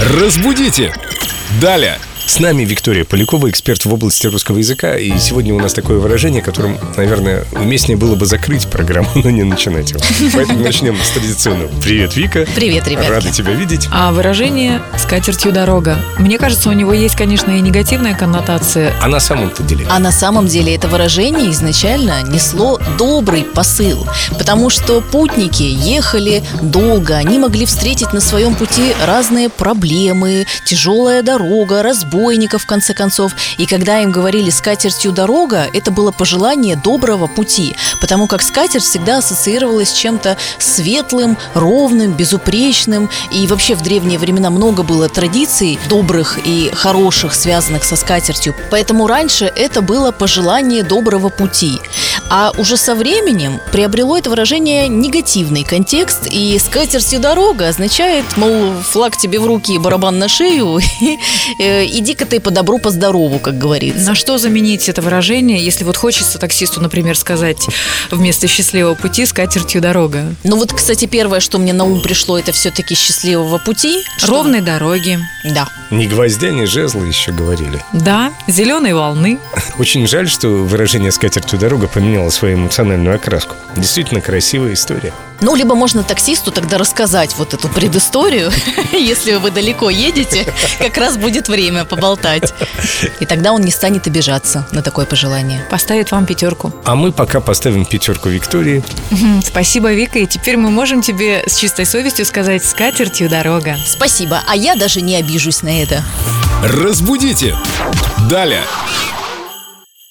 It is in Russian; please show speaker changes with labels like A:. A: Разбудите! Далее! С нами Виктория Полякова, эксперт в области русского языка. И сегодня у нас такое выражение, которым, наверное, уместнее было бы закрыть программу, но не начинать его. Поэтому начнем с традиционного. Привет, Вика.
B: Привет, ребятки.
A: Рада тебя видеть.
C: А выражение «с катертью дорога». Мне кажется, у него есть, конечно, и негативная коннотация.
A: А на самом-то деле?
B: А на самом деле это выражение изначально несло добрый посыл, потому что путники ехали долго, они могли встретить на своем пути разные проблемы, тяжелая дорога, разбойников, в конце концов. И когда им говорили «с катертью дорога», это было пожелание доброго пути, потому как скатерть всегда ассоциировалась с чем-то светлым, ровным, безупречным. И вообще в древние времена много было традиций добрых и хороших, связанных со скатертью. Поэтому раньше это было пожелание доброго пути. А уже со временем приобрело это выражение негативный контекст, и «с катертью дорога» означает, мол, флаг тебе в руки и барабан на шею, и, э, иди-ка ты по добру, по здорову, как говорится.
C: На что заменить это выражение, если вот хочется таксисту, например, сказать вместо счастливого пути с катертью дорога?
B: Ну вот, кстати, первое, что мне на ум пришло, это все-таки счастливого пути. Что-
C: Ровной дороги,
B: Да.
A: Ни гвоздя, ни жезла еще говорили.
C: да, зеленой волны.
A: Очень жаль, что выражение «с катертью дорога» поменяло свою эмоциональную окраску. Действительно красивая история.
B: Ну, либо можно таксисту тогда рассказать вот эту предысторию, если вы далеко едете, как раз будет время поболтать. И тогда он не станет обижаться на такое пожелание.
C: Поставит вам пятерку.
A: А мы пока поставим пятерку Виктории.
C: Мгм, Спасибо, Вика, и теперь мы можем тебе с чистой совестью сказать «с катертью дорога».
B: Спасибо, а я даже не обижусь на это.
A: Разбудите! Далее!